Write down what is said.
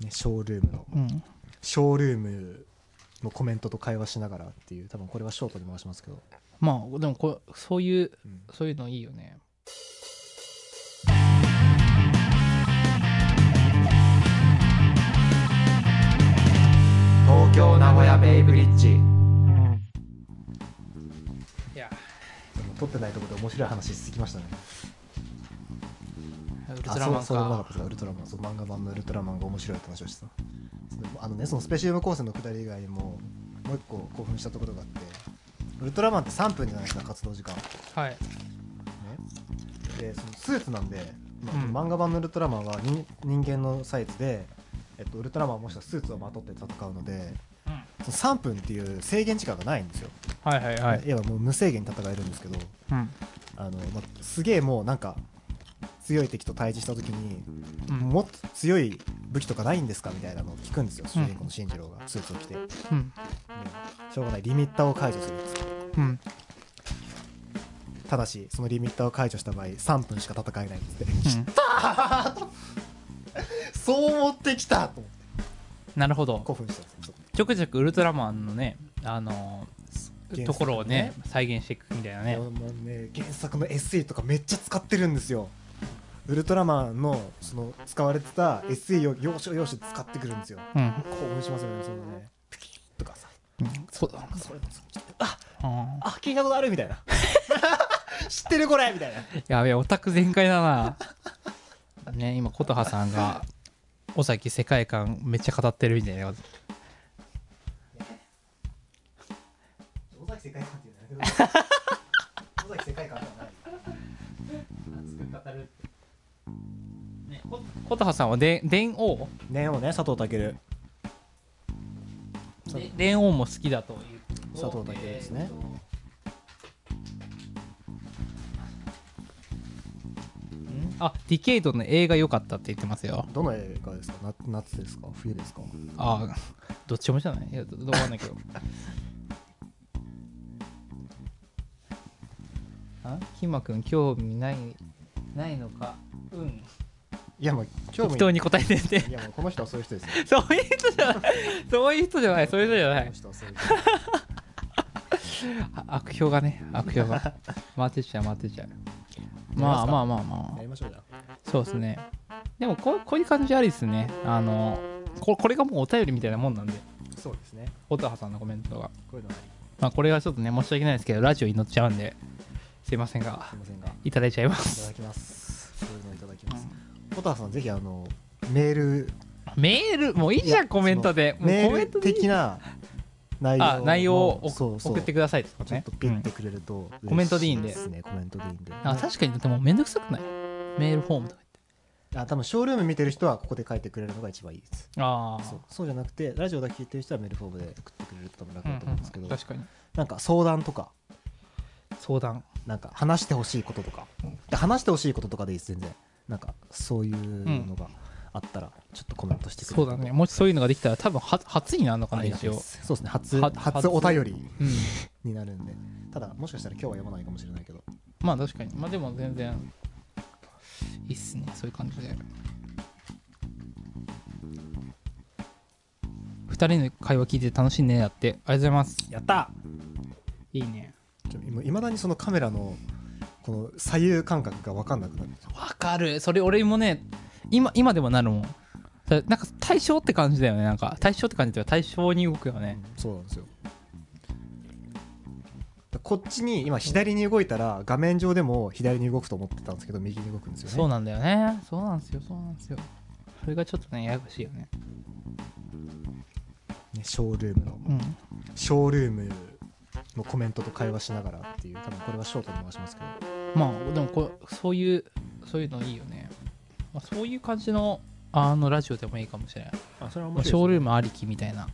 ね、ショールームのうん、ショールームのコメントと会話しながらっていう多分これはショートで回しますけど、まあでもこうそういううんそういうのいいよね東京名古屋ベイブリッジいやでも撮ってないところで面白い話続きましたねウルトラマあンそうそうなかったでかすかウルトラマンそう漫画版のウルトラマンが面白いって話をしてたそうあのねそのスペシウム光線のくだり以外にももう一個興奮したところがあってウルトラマンって3分じゃないですか活動時間ねはいでそのスーツなんで、まあう漫ん画版のウルトラマンは人人間のサイズで、えっと、ウルトラマンはもしくはスーツをまとって戦うのでうんその3分っていう制限時間がないんですよはいはいはい要はもう無制限に戦えるんですけどうんあの、まあ、すげえもうなんか強い敵と対峙した時に、うんもっと強い武器とかないんですかみたいなのを聞くんですよ主人公の進次郎がスーツを着て、でうんしょうがないリミッターを解除するんです ようんただしそのリミッターを解除した場合3分しか戦えないんですって うんそう思ってきたと思ってなるほど興奮したんですよちょくちょくウルトラマンのねあの原作ねところをね再現していくみたいなねもうもうね原作の SE とかめっちゃ使ってるんですよウルトラマンのその使われてた SE を要所要所で使ってくるんですようん興奮しますよねそんなねピキッとかさうんそうだそれもそれあうんあ聞いたことあるみたいな 知ってるこれみ たいなやべえオタク全開だなね今琴葉さんが尾崎世界観めっちゃ語ってるみたいな尾崎世界観って言うんだけど尾崎世界観ではないねこ琴葉さんはで電王念をね佐藤健そうで電王も好きだという佐藤健ですねうんあディケイドの映画良かったって言ってますよどの映画ですかな夏ですか冬ですかあどっちもじゃないいやどどうかんないけど あキマくん興味ないないのかうんいやもう興味適当に答えてて いやもうこの人はそういう人ですよそういう人じゃない。そういう人じゃない。そういう人じゃなこいの。人はそういう人あ悪評がね、悪評が。 回ってきちゃう、回ってきちゃう。まあまあまあまやりましょうじゃああ。そうですね。でもこう、こういう感じありですね。あの、ここれがもうお便りみたいなもんなんで、そうですね音羽さんのコメントが。こういうのはありまあ、これはちょっとね、申し訳ないですけど、ラジオに乗っちゃうんで、すいませんがすい、ませんがいいただいちゃいまたす。だきますそういうのいただきますポターさんぜひあのメールメール、もういいじいゃやん、コメントで。そものうメコメーントルでいい的な内容あ内容をのそうそう送ってくださいってことちょっねとピッうてんくれると嬉しいコメントでいいんでですねコメントでいいんであ確かに、でもめんどくさくないメールフォームとかあ多分ショールーム見てる人はここで書いてくれるのが一番いいです言って。ああ。そうそうじゃなくてラジオだけ聞いてる人はメールフォームで送ってくれると多分楽だと思うんですけど、確かになんか相談とか相談なんか話してほしいこととか、で話してほしいこととかでいいです全然なんかそういうのがあったらちょっとコメントしてくれるそうだねもしそういうのができたら多分は初になるのかあなりがた一いで応すそうですね初は初お便りうんになるんでただもしかしたら今日は読まないかもしれないけどまあ確かにまあでも全然いいっすねそういう感じで2人の会話聞いて楽しいねやってありがとうございますやったいいねいまだにそのカメラのこの左右感覚が分かんなくなるわかるそれ俺もね今今でもなるもんだなんか対象って感じだよねなんか対象って感じだよ対象に動くよねそうなんですよだこっちに今左に動いたら画面上でも左に動くと思ってたんですけど右に動くんですよねそうなんだよねそうなんですよそうなんですよそれがちょっとねややこしいよねねショールームのうんショールームのコメントと会話しながらっていう多分これはショートに回しますけどまあでもこうそういうそういうのいいよね、まあ、そういう感じのあのラジオでもいいかもしれない、あそれはまあ、ショールームありきみたいな